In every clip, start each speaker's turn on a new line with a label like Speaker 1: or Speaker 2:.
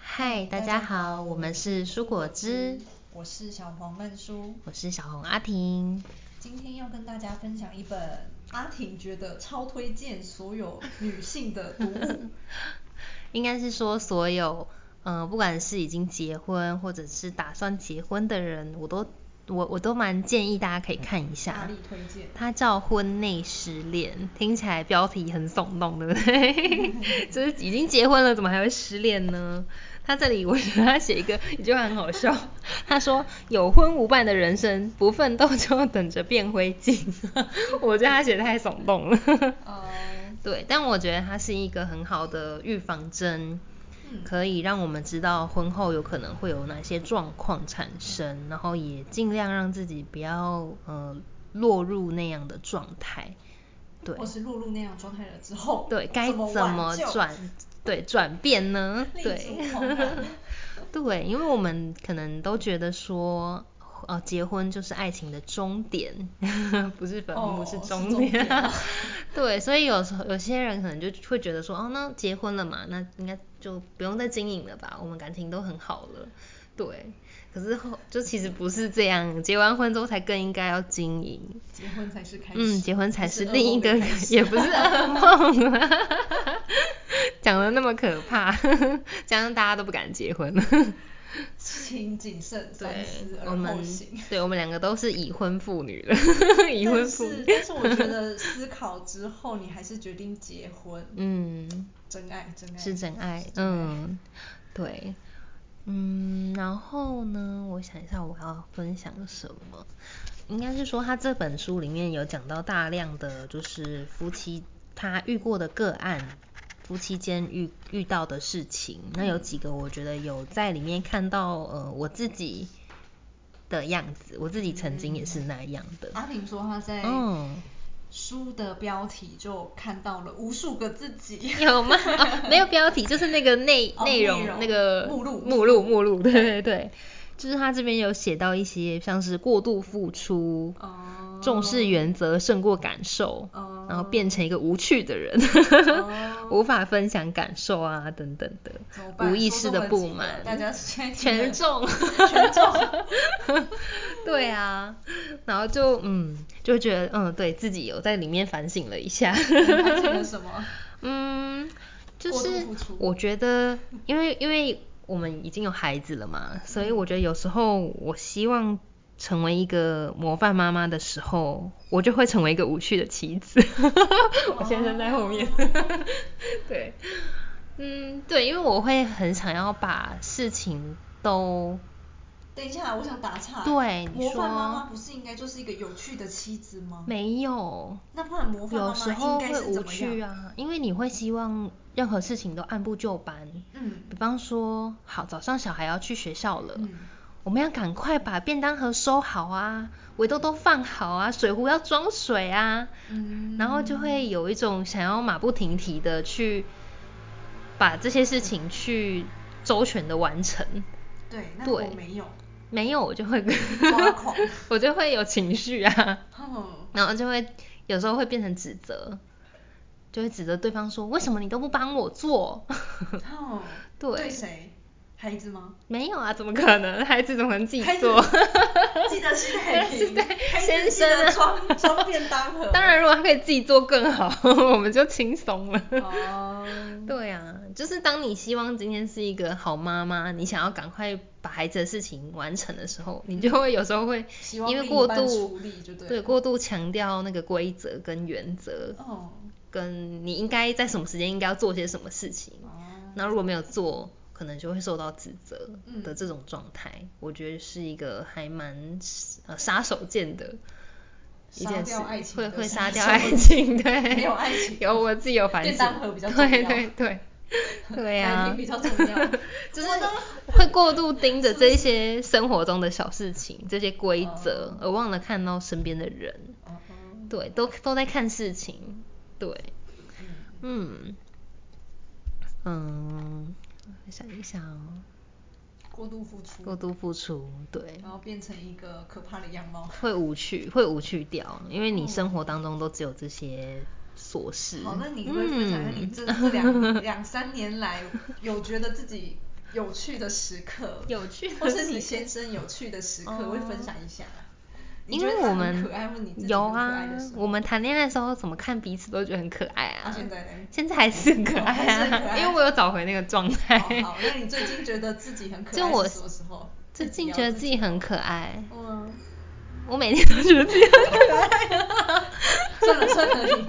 Speaker 1: 嗨，大家好，我们是蔬果汁，
Speaker 2: 我是小黄曼舒，
Speaker 1: 我是小红阿婷。
Speaker 2: 今天要跟大家分享一本阿婷觉得超推荐所有女性的读物。
Speaker 1: 应该是说所有，嗯、不管是已经结婚或者是打算结婚的人，我都我我都蛮建议大家可以看一
Speaker 2: 大
Speaker 1: 下
Speaker 2: 力。推荐
Speaker 1: 它叫《婚内失恋》，听起来标题很耸动，对不对？就是已经结婚了，怎么还会失恋呢？他这里我觉得他写一个一句话很好笑，他说有婚无伴的人生，不奋斗就等着变灰烬。 我觉得他写得太耸动了。
Speaker 2: 呃，
Speaker 1: 对，但我觉得它是一个很好的预防针，
Speaker 2: 嗯
Speaker 1: 可以让我们知道婚后有可能会有哪些状况产生，然后也尽量让自己不要呃落入那样的状态。对
Speaker 2: 或是落入那样状态了之后，
Speaker 1: 对，该
Speaker 2: 怎么
Speaker 1: 怎么
Speaker 2: 挽救
Speaker 1: 转？对，转变呢？
Speaker 2: 立
Speaker 1: 对
Speaker 2: 足狂澜
Speaker 1: 对，因为我们可能都觉得说。哦，结婚就是爱情的终点， 不是坟墓，
Speaker 2: 哦
Speaker 1: 是
Speaker 2: 是
Speaker 1: 终
Speaker 2: 终点啊
Speaker 1: 对，所以有时候有些人可能就会觉得说，哦，那结婚了嘛，那应该就不用再经营了吧，我们感情都很好了。对，可是后就其实不是这样，结完婚之后才更应该要经营。
Speaker 2: 结婚才是开始，
Speaker 1: 嗯，结婚才
Speaker 2: 不
Speaker 1: 是
Speaker 2: 噩
Speaker 1: 另一
Speaker 2: 梦
Speaker 1: 个
Speaker 2: 的开，始
Speaker 1: 也 不是噩梦啊， 讲的那么可怕， 这样大家都不敢结 婚了。
Speaker 2: 请谨慎三
Speaker 1: 对
Speaker 2: 思，
Speaker 1: 我
Speaker 2: 而
Speaker 1: 们
Speaker 2: 后行。
Speaker 1: 对我们两个都是已婚妇女 了，已
Speaker 2: 但
Speaker 1: 婚妇
Speaker 2: 是，
Speaker 1: 女。
Speaker 2: 但是我觉得思考之后，你还是决定结婚，
Speaker 1: 嗯，
Speaker 2: 真爱，真爱
Speaker 1: 是真爱
Speaker 2: 是，真爱
Speaker 1: 嗯，对，嗯，然后呢，我想一下我要分享什么，应该是说他这本书里面有讲到大量的就是夫妻他遇过的个案。夫妻间遇遇到的事情，那有几个我觉得有在里面看到，呃，我自己的样子，我自己曾经也是那样的。
Speaker 2: 阿婷说她在
Speaker 1: 嗯，
Speaker 2: 书的标题就看到了无数个自己，
Speaker 1: 有吗？哦，没有标题，就是那个内
Speaker 2: 哦
Speaker 1: 内容
Speaker 2: 内容
Speaker 1: 那个
Speaker 2: 目录
Speaker 1: 目录目录，对对对，就是他这边有写到一些像是过度付出，
Speaker 2: 哦
Speaker 1: 重视原则胜过感受，
Speaker 2: 哦
Speaker 1: 然后变成一个无趣的人，
Speaker 2: 哦
Speaker 1: 无法分享感受啊等等的
Speaker 2: 怎么，办
Speaker 1: 无意识的不
Speaker 2: 说
Speaker 1: 满，
Speaker 2: 中文几个大家现在听
Speaker 1: 全
Speaker 2: 得
Speaker 1: 中，
Speaker 2: 全中，
Speaker 1: 对啊，然后就嗯，就会觉得嗯，对自己有在里面反省了一下。
Speaker 2: 发嗯现了什么？
Speaker 1: 嗯，就
Speaker 2: 过度
Speaker 1: 是
Speaker 2: 付出
Speaker 1: 我觉得，因为因为我们已经有孩子了
Speaker 2: 嗯
Speaker 1: 嘛，所以我觉得有时候我希望成为一个模范妈妈的时候，我就会成为一个无趣的妻 子。我先生在后面， 对，嗯，对，因为我会很想要把事情都
Speaker 2: 等一下，我想打岔。
Speaker 1: 对你
Speaker 2: 模范妈
Speaker 1: 说
Speaker 2: 妈不是应该就是一个有趣的妻子吗？
Speaker 1: 没有。
Speaker 2: 那不然模范妈
Speaker 1: 有
Speaker 2: 妈
Speaker 1: 时候
Speaker 2: 应该
Speaker 1: 会
Speaker 2: 是
Speaker 1: 无
Speaker 2: 怎么样
Speaker 1: 趣啊，因为你会希望任何事情都按部就班。
Speaker 2: 嗯
Speaker 1: 比方说，好，早上小孩要去学校了，
Speaker 2: 嗯
Speaker 1: 我们要赶快把便当盒收好啊，围兜都放好啊，水壶要装水啊，
Speaker 2: 嗯
Speaker 1: 然后就会有一种想要马不停蹄的去把这些事情去周全的完成。
Speaker 2: 对，那
Speaker 1: 对
Speaker 2: 我没有，
Speaker 1: 没有，我就会
Speaker 2: 抓狂
Speaker 1: 我就会有情绪啊。
Speaker 2: 哼，
Speaker 1: 然后就会有时候会变成指责，就会指责对方说为什么你都不帮我做？
Speaker 2: 哼，
Speaker 1: 对
Speaker 2: 哦对谁？孩子吗？
Speaker 1: 没有啊，怎么可能？孩子怎么能自己
Speaker 2: 孩子
Speaker 1: 做？
Speaker 2: 记得洗奶 瓶，孩子
Speaker 1: 先
Speaker 2: 记
Speaker 1: 生
Speaker 2: 得
Speaker 1: 啊，
Speaker 2: 装装便当盒。
Speaker 1: 当然，如果他可以自己做更好， 我们就轻松了。
Speaker 2: 哦，
Speaker 1: 对啊，就是当你希望今天是一个好妈妈，你想要赶快把孩子的事情完成的时候，你就会有时候会
Speaker 2: 希望
Speaker 1: 因为
Speaker 2: 另一
Speaker 1: 过
Speaker 2: 半
Speaker 1: 度
Speaker 2: 处理就对
Speaker 1: 对
Speaker 2: 了
Speaker 1: 过度强调那个规则跟原则，
Speaker 2: 哦，
Speaker 1: 跟你应该在什么时间应该要做些什么事情，
Speaker 2: 哦
Speaker 1: 那如果没有做，可能就会受到指责
Speaker 2: 嗯
Speaker 1: 的这种状态，我觉得是一个还蛮呃杀手锏的一
Speaker 2: 杀
Speaker 1: 件事
Speaker 2: 掉爱，情
Speaker 1: 会
Speaker 2: 的
Speaker 1: 会杀
Speaker 2: 杀
Speaker 1: 掉
Speaker 2: 手
Speaker 1: 爱
Speaker 2: 锏
Speaker 1: 情，对，
Speaker 2: 没有爱情
Speaker 1: 有我自己有反省，
Speaker 2: 便当盒比较重
Speaker 1: 对
Speaker 2: 要
Speaker 1: 对对。对呀、
Speaker 2: 奶瓶比较重要
Speaker 1: 就是
Speaker 2: 我呢
Speaker 1: 会过度盯着这些生活中的小事情、这些规则，而忘了看到身边的人。
Speaker 2: 哦
Speaker 1: 对，都都在看事情，对，嗯，嗯，我想一想哦，
Speaker 2: 过度付出，
Speaker 1: 过度付出，对，
Speaker 2: 然后变成一个可怕的样貌，
Speaker 1: 会无趣，会无趣掉，因为你生活当中都只有这些琐
Speaker 2: 哦
Speaker 1: 事。
Speaker 2: 好，那你会分享一下你
Speaker 1: 嗯
Speaker 2: 这、这两两三年来有觉得自己有趣的时刻，
Speaker 1: 有趣的
Speaker 2: 或是
Speaker 1: 时刻哦
Speaker 2: 你先生有趣的时刻，会分享一下。你
Speaker 1: 因
Speaker 2: 觉得
Speaker 1: 为
Speaker 2: 他
Speaker 1: 我
Speaker 2: 很
Speaker 1: 们
Speaker 2: 可爱，或你自己
Speaker 1: 有
Speaker 2: 很可
Speaker 1: 啊
Speaker 2: 爱的时，候
Speaker 1: 我们谈恋爱的时候怎么看彼此都觉得很可爱啊
Speaker 2: 啊。现在嘞
Speaker 1: 现在还是很可
Speaker 2: 哦
Speaker 1: 爱
Speaker 2: 还是很可
Speaker 1: 啊，
Speaker 2: 爱哦
Speaker 1: 因为我有找回那个状态。
Speaker 2: 好好，那你最近觉得自己很可爱
Speaker 1: 就我
Speaker 2: 是什么时候？
Speaker 1: 最
Speaker 2: 自己
Speaker 1: 近
Speaker 2: 聊
Speaker 1: 觉得自己很可爱，
Speaker 2: 嗯，
Speaker 1: 我每天都觉得自己很可爱。
Speaker 2: 算了算了你。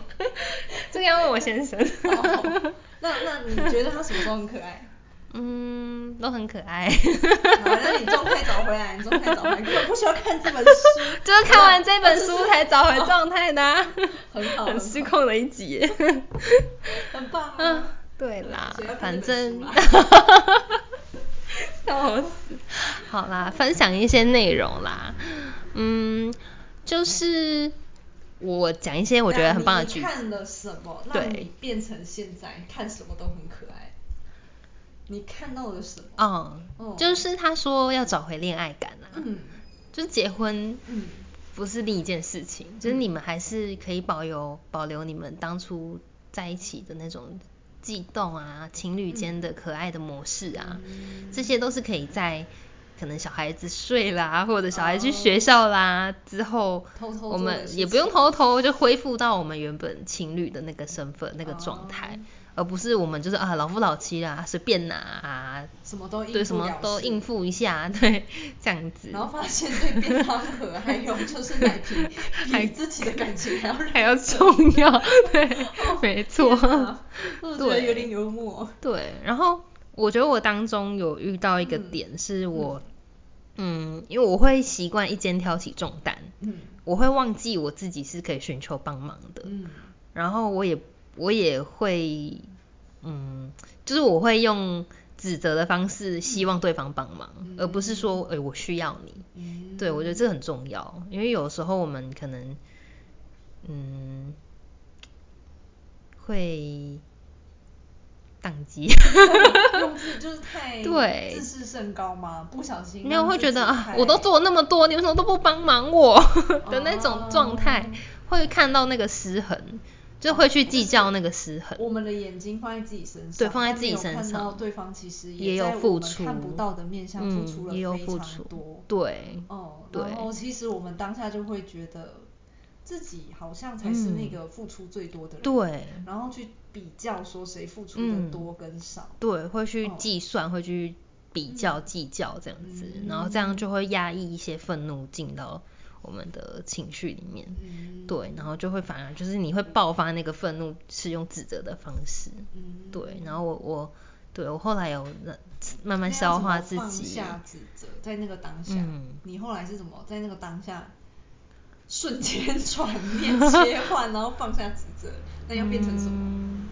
Speaker 1: 这个要问我先生。
Speaker 2: 哦那那你觉得他什么时候很可爱？
Speaker 1: 嗯，都很可 爱。
Speaker 2: 好，那你状态找回来，你状态找回来，根本不需要看 这本书，
Speaker 1: 就是看完这本书才找回
Speaker 2: 哦
Speaker 1: 状态的、啊，
Speaker 2: 很好
Speaker 1: 很
Speaker 2: 很
Speaker 1: 失
Speaker 2: 好
Speaker 1: 控的一集 耶。
Speaker 2: 很棒
Speaker 1: 嗯
Speaker 2: 啊。，
Speaker 1: 对啦
Speaker 2: 谁要，看
Speaker 1: 反
Speaker 2: 这
Speaker 1: 正
Speaker 2: 本书啊
Speaker 1: 笑死。好啦，分享一些内容啦。嗯，就是我讲一些我觉得很棒的
Speaker 2: 那
Speaker 1: 句
Speaker 2: 你看
Speaker 1: 子。
Speaker 2: 了什么？
Speaker 1: 对
Speaker 2: 让你变成现在看什么都很可爱。你看到了什么？
Speaker 1: 嗯，
Speaker 2: 哦
Speaker 1: 就是他说要找回恋爱感啊，
Speaker 2: 嗯
Speaker 1: 就是结婚
Speaker 2: 嗯
Speaker 1: 不是另一件事情，就是你们还是可以保有保留你们当初在一起的那种悸动啊，情侣间的可爱的模式啊，
Speaker 2: 嗯
Speaker 1: 这些都是可以在可能小孩子睡啦，或者小孩去
Speaker 2: 哦
Speaker 1: 学校啦、之后，
Speaker 2: 偷偷做
Speaker 1: 我
Speaker 2: 的
Speaker 1: 们
Speaker 2: 事
Speaker 1: 也不用
Speaker 2: 情
Speaker 1: 偷偷就恢复到我们原本情侣的那个身份那个状态。
Speaker 2: 哦
Speaker 1: 而不是我们就是啊老夫老妻啦，随便拿啊，
Speaker 2: 什么都应
Speaker 1: 对
Speaker 2: 付
Speaker 1: 什么
Speaker 2: 了
Speaker 1: 都
Speaker 2: 事
Speaker 1: 应付一下， 对这样子。
Speaker 2: 然后发现对变胖可还 有就是奶瓶
Speaker 1: 还
Speaker 2: 比自己的感情还要
Speaker 1: 还要
Speaker 2: 认真
Speaker 1: 重要，对，没错
Speaker 2: 哦天哪，我觉得有点幽默。
Speaker 1: 对。然后我觉得我当中有遇到一个
Speaker 2: 嗯
Speaker 1: 点，是我，嗯因为我会习惯一肩挑起重担，
Speaker 2: 嗯
Speaker 1: 我会忘记我自己是可以寻求帮忙的，
Speaker 2: 嗯
Speaker 1: 然后我也我也会，嗯，就是我会用指责的方式希望对方帮忙，而不是说，哎、我需要你，
Speaker 2: 嗯，
Speaker 1: 对，我觉得这很重要，因为有时候我们可能，嗯，会宕机，
Speaker 2: 用字就是太
Speaker 1: 对
Speaker 2: 自视甚高嘛，不小心
Speaker 1: 没有
Speaker 2: 让
Speaker 1: 会
Speaker 2: 自
Speaker 1: 觉得
Speaker 2: 己
Speaker 1: 啊，
Speaker 2: 太
Speaker 1: 我都做那么多，你为什么都不帮忙我 的那种状态，
Speaker 2: 哦
Speaker 1: 会看到那个失衡，就会去计较那个失衡。
Speaker 2: 我们的眼睛放在自己身上，
Speaker 1: 对放在
Speaker 2: 但
Speaker 1: 自己
Speaker 2: 没有
Speaker 1: 身
Speaker 2: 看到
Speaker 1: 上
Speaker 2: 对方其实
Speaker 1: 也有
Speaker 2: 在我
Speaker 1: 付
Speaker 2: 们
Speaker 1: 出
Speaker 2: 看不到的面向付出
Speaker 1: 嗯，
Speaker 2: 了
Speaker 1: 也有
Speaker 2: 非
Speaker 1: 付
Speaker 2: 常
Speaker 1: 出
Speaker 2: 多，，
Speaker 1: 对，
Speaker 2: 哦，
Speaker 1: 对
Speaker 2: 然后其实我们当下就会觉得自己好像才是那个付出最多的人，
Speaker 1: 嗯对
Speaker 2: 然后去比较说谁付出的
Speaker 1: 嗯
Speaker 2: 多跟少，
Speaker 1: 对，会去
Speaker 2: 哦嗯
Speaker 1: 计算，会去比较、计较这样子，然后这样就会压抑一些愤怒进到我们的情绪里面。
Speaker 2: 嗯，
Speaker 1: 对，然后就会反而就是你会爆发那个愤怒，是用指责的方式。
Speaker 2: 嗯，
Speaker 1: 对，然后我我对我后来有那慢慢
Speaker 2: 那要
Speaker 1: 消
Speaker 2: 怎
Speaker 1: 化
Speaker 2: 么
Speaker 1: 自
Speaker 2: 放
Speaker 1: 己。
Speaker 2: 下指责，在那个当下，
Speaker 1: 嗯
Speaker 2: 你后来是怎么在那个当下瞬间 转念切换，然后放下指责，那要变成什么？
Speaker 1: 嗯，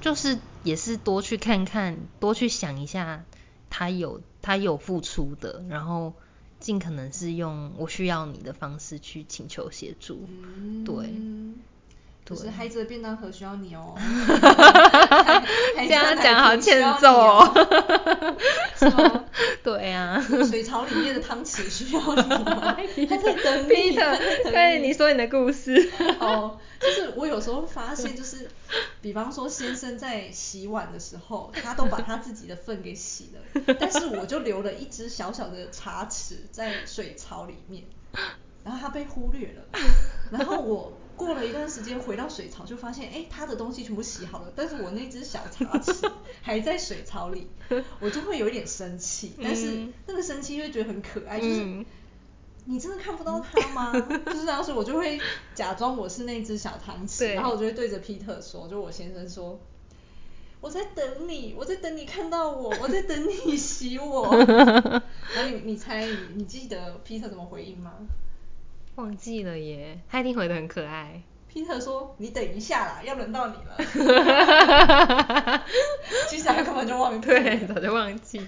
Speaker 1: 就是也是多去看看，多去想一下他有他有付出的，然后尽可能是用我需要你的方式去请求协助。
Speaker 2: 嗯，
Speaker 1: 对，
Speaker 2: 就是
Speaker 1: 对
Speaker 2: 孩子的便当盒需要你 哦。
Speaker 1: 这样讲好欠揍
Speaker 2: 哦
Speaker 1: 哦。
Speaker 2: 是吗？
Speaker 1: 对啊。
Speaker 2: 水槽里面的汤匙需要 你吗？他在等你
Speaker 1: Peter，
Speaker 2: 他在
Speaker 1: 快
Speaker 2: 等
Speaker 1: 点你说你的故事。
Speaker 2: 哦，就是我有时候发现，就是比方说先生在洗碗的时候，他都把他自己的份给洗 了，但是我就留了一只小小的茶匙在水槽里面，然后他被忽略 了，然后我。过了一段时间回到水槽，就发现哎、诶他的东西全部洗好了，但是我那只小茶匙还在水槽里，我就会有一点生气，但是
Speaker 1: 嗯
Speaker 2: 那个生气又觉得很可爱，就是
Speaker 1: 嗯
Speaker 2: 你真的看不到他吗？ 就是当时我就会假装我是那只小汤 匙，
Speaker 1: 对
Speaker 2: 然后我就会对着皮特说，就我先生说，我在等你，我在等你看到我，我在等你 洗我。然后你你猜你你记得皮特怎么回应吗？
Speaker 1: 忘记了耶，他一定回的很可 爱。
Speaker 2: 皮特说：“你等一下啦，要轮到你 了。”其实他根本就忘记了。
Speaker 1: 对，早就忘记。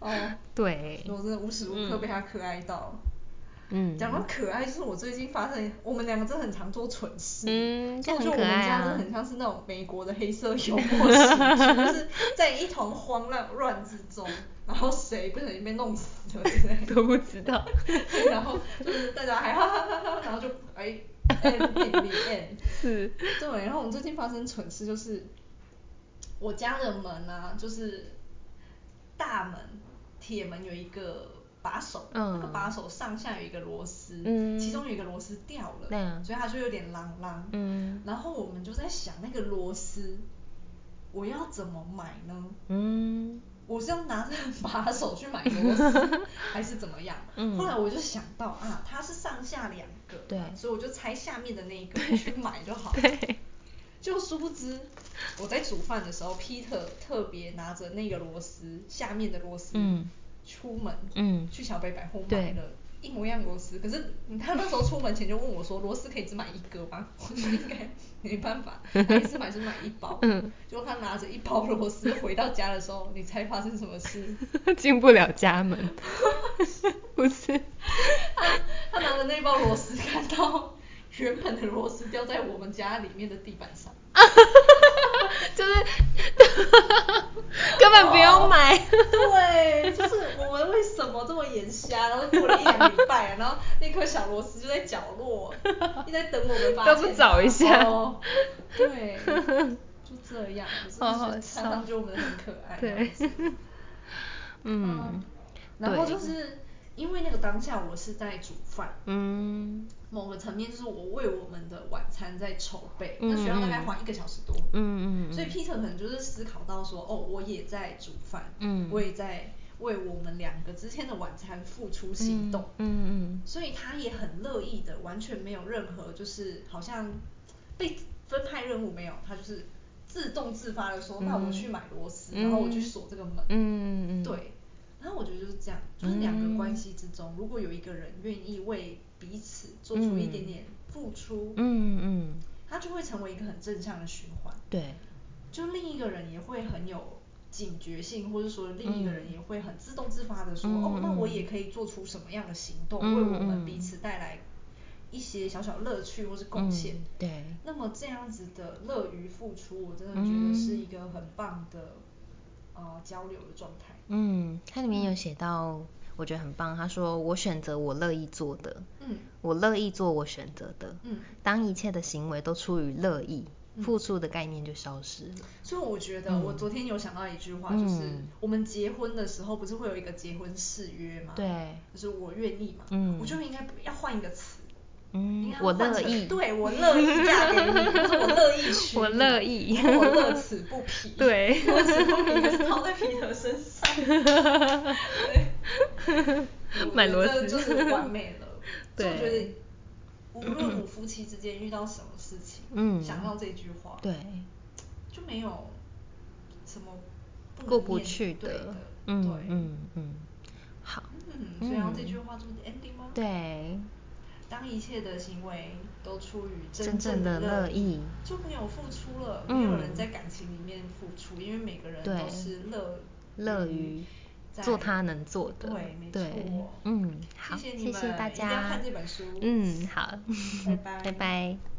Speaker 2: 哦，
Speaker 1: 对，
Speaker 2: 我真的无时无刻被他可爱到。
Speaker 1: 嗯，
Speaker 2: 讲到可爱，就是我最近发生，我们两个真的很常做蠢事。
Speaker 1: 嗯
Speaker 2: 所以我
Speaker 1: 这
Speaker 2: 觉
Speaker 1: 样很可
Speaker 2: 得我们
Speaker 1: 爱
Speaker 2: 家
Speaker 1: 啊
Speaker 2: 真的很像是那种美国的黑色幽默喜剧，就是在一团慌乱乱之 中，然后谁不小心被弄死了之类的，
Speaker 1: 都不知道。
Speaker 2: 对 然后就是大家还哈哈哈哈，然后就哎 ending the end。
Speaker 1: 是，
Speaker 2: 对，然后我们最近发生蠢事就是，我家人们啊，就是大门铁门有一个把手，
Speaker 1: 嗯
Speaker 2: 那个把手上下有一个螺丝，
Speaker 1: 嗯
Speaker 2: 其中有一个螺丝掉了，
Speaker 1: 对啊
Speaker 2: 所以它就有点啷啷。
Speaker 1: 嗯
Speaker 2: 然后我们就在想那个螺丝，我要怎么买呢？
Speaker 1: 嗯
Speaker 2: 我是要拿着把手去买螺丝， 还是怎么样？
Speaker 1: 嗯
Speaker 2: 后来我就想到啊，它是上下两个，
Speaker 1: 对
Speaker 2: 所以我就拆下面的那一个去买就 好了。就殊不知，我在煮饭的时候，Peter 特别拿着那个螺丝下面的螺丝，
Speaker 1: 嗯
Speaker 2: 出门，
Speaker 1: 嗯
Speaker 2: 去小北百货买
Speaker 1: 对
Speaker 2: 了一模一样螺丝。可是他那时候出门前就问我说，螺丝可以只买一个吗？ 我说应该没办法，他一次买是买一包，
Speaker 1: 嗯，
Speaker 2: 就他拿着一包螺丝回到家的时候，你猜发生什么事？
Speaker 1: 进不了家 门，不是，
Speaker 2: 他他拿着那包螺丝，看到原本的螺丝掉在我们家里面的地板上。
Speaker 1: 就是根本不用买。
Speaker 2: 对，就是我们为什么这么眼瞎？然后过了一两个礼拜，然后那颗小螺丝就在角落，一直在等我们发现它。
Speaker 1: 都不找一下
Speaker 2: 哦、对，就这样。我真的
Speaker 1: 好好
Speaker 2: 觉得常
Speaker 1: 笑
Speaker 2: 常觉得我们很可爱。
Speaker 1: 对，嗯
Speaker 2: 然后
Speaker 1: 对
Speaker 2: 就是因为那个当下我是在煮饭，
Speaker 1: 嗯
Speaker 2: 某个层面就是我为我们的晚餐在筹备，
Speaker 1: 嗯
Speaker 2: 那学校大概
Speaker 1: 嗯
Speaker 2: 花一个小时多。
Speaker 1: 嗯嗯，
Speaker 2: 所以 Peter 可能就是思考到说，哦，我也在煮饭，
Speaker 1: 嗯
Speaker 2: 我也在为我们两个之间的晚餐付出行动，
Speaker 1: 嗯嗯
Speaker 2: 所以他也很乐意的，完全没有任何就是好像被分派任务没有，他就是自动自发的说，那我去买螺丝，然后我去锁这个门，
Speaker 1: 嗯嗯嗯，
Speaker 2: 对，然后我觉得就是这样，就是两个关系之
Speaker 1: 嗯
Speaker 2: 中，如果有一个人愿意为彼此做出一点点付出，
Speaker 1: 嗯嗯，
Speaker 2: 他就会成为一个很正向的循环，
Speaker 1: 对，
Speaker 2: 就另一个人也会很有警觉性，或者说另一个人也会很自动自发的说，
Speaker 1: 嗯
Speaker 2: 哦，那
Speaker 1: 嗯
Speaker 2: 我也可以做出什么样的行动，
Speaker 1: 嗯
Speaker 2: 为我们
Speaker 1: 嗯
Speaker 2: 彼此带来一些小小乐趣或是贡献。
Speaker 1: 嗯对，
Speaker 2: 那么这样子的乐于付出，我真的觉得
Speaker 1: 嗯
Speaker 2: 是一个很棒的、呃交流的状态。
Speaker 1: 嗯，它里面有写到，我觉得很棒。他说：“我选择我乐意做的，
Speaker 2: 嗯
Speaker 1: 我乐意做我选择的。
Speaker 2: 嗯
Speaker 1: 当一切的行为都出于乐意，
Speaker 2: 嗯
Speaker 1: 付出的概念就消失了。
Speaker 2: 所以我觉得，
Speaker 1: 嗯
Speaker 2: 我昨天有想到一句话，
Speaker 1: 嗯
Speaker 2: 就是我们结婚的时候不是会有一个结婚誓约吗？
Speaker 1: 对
Speaker 2: 就是我愿意嘛，
Speaker 1: 嗯
Speaker 2: 我就应该不要换一个词，
Speaker 1: 嗯
Speaker 2: 应该，
Speaker 1: 我
Speaker 2: 换
Speaker 1: 乐
Speaker 2: 成
Speaker 1: 意。
Speaker 2: 对我乐意嫁给 你，或者我乐意娶你，
Speaker 1: 我乐意
Speaker 2: 然后我乐此不疲，
Speaker 1: 对
Speaker 2: 乐此不疲可是套在皮特身上，对，我
Speaker 1: 买
Speaker 2: 觉
Speaker 1: 螺丝
Speaker 2: 得就是完美 了。所以我觉
Speaker 1: 对
Speaker 2: 得，无论我夫妻之间遇到什么事情，
Speaker 1: 嗯
Speaker 2: 想到这句话，
Speaker 1: 对，
Speaker 2: 就没有什么能
Speaker 1: 过不
Speaker 2: 面
Speaker 1: 去
Speaker 2: 对的，
Speaker 1: 嗯
Speaker 2: 对，
Speaker 1: 嗯嗯，好，
Speaker 2: 嗯，所以然后这
Speaker 1: 嗯
Speaker 2: 句话就是 ending 吗？。
Speaker 1: 对，
Speaker 2: 当一切的行为都出于
Speaker 1: 真正的乐
Speaker 2: 乐
Speaker 1: 意
Speaker 2: 就没有付出了。
Speaker 1: 嗯
Speaker 2: 没有人在感情里面付出，因为每个人
Speaker 1: 对
Speaker 2: 都是乐
Speaker 1: 乐
Speaker 2: 于
Speaker 1: 于
Speaker 2: 在
Speaker 1: 做他能做的。
Speaker 2: 对，没
Speaker 1: 对
Speaker 2: 错。
Speaker 1: 嗯，好，
Speaker 2: 谢谢你们，
Speaker 1: 大
Speaker 2: 一定要
Speaker 1: 家
Speaker 2: 看这本书。
Speaker 1: 嗯，好，
Speaker 2: 拜拜
Speaker 1: 拜拜。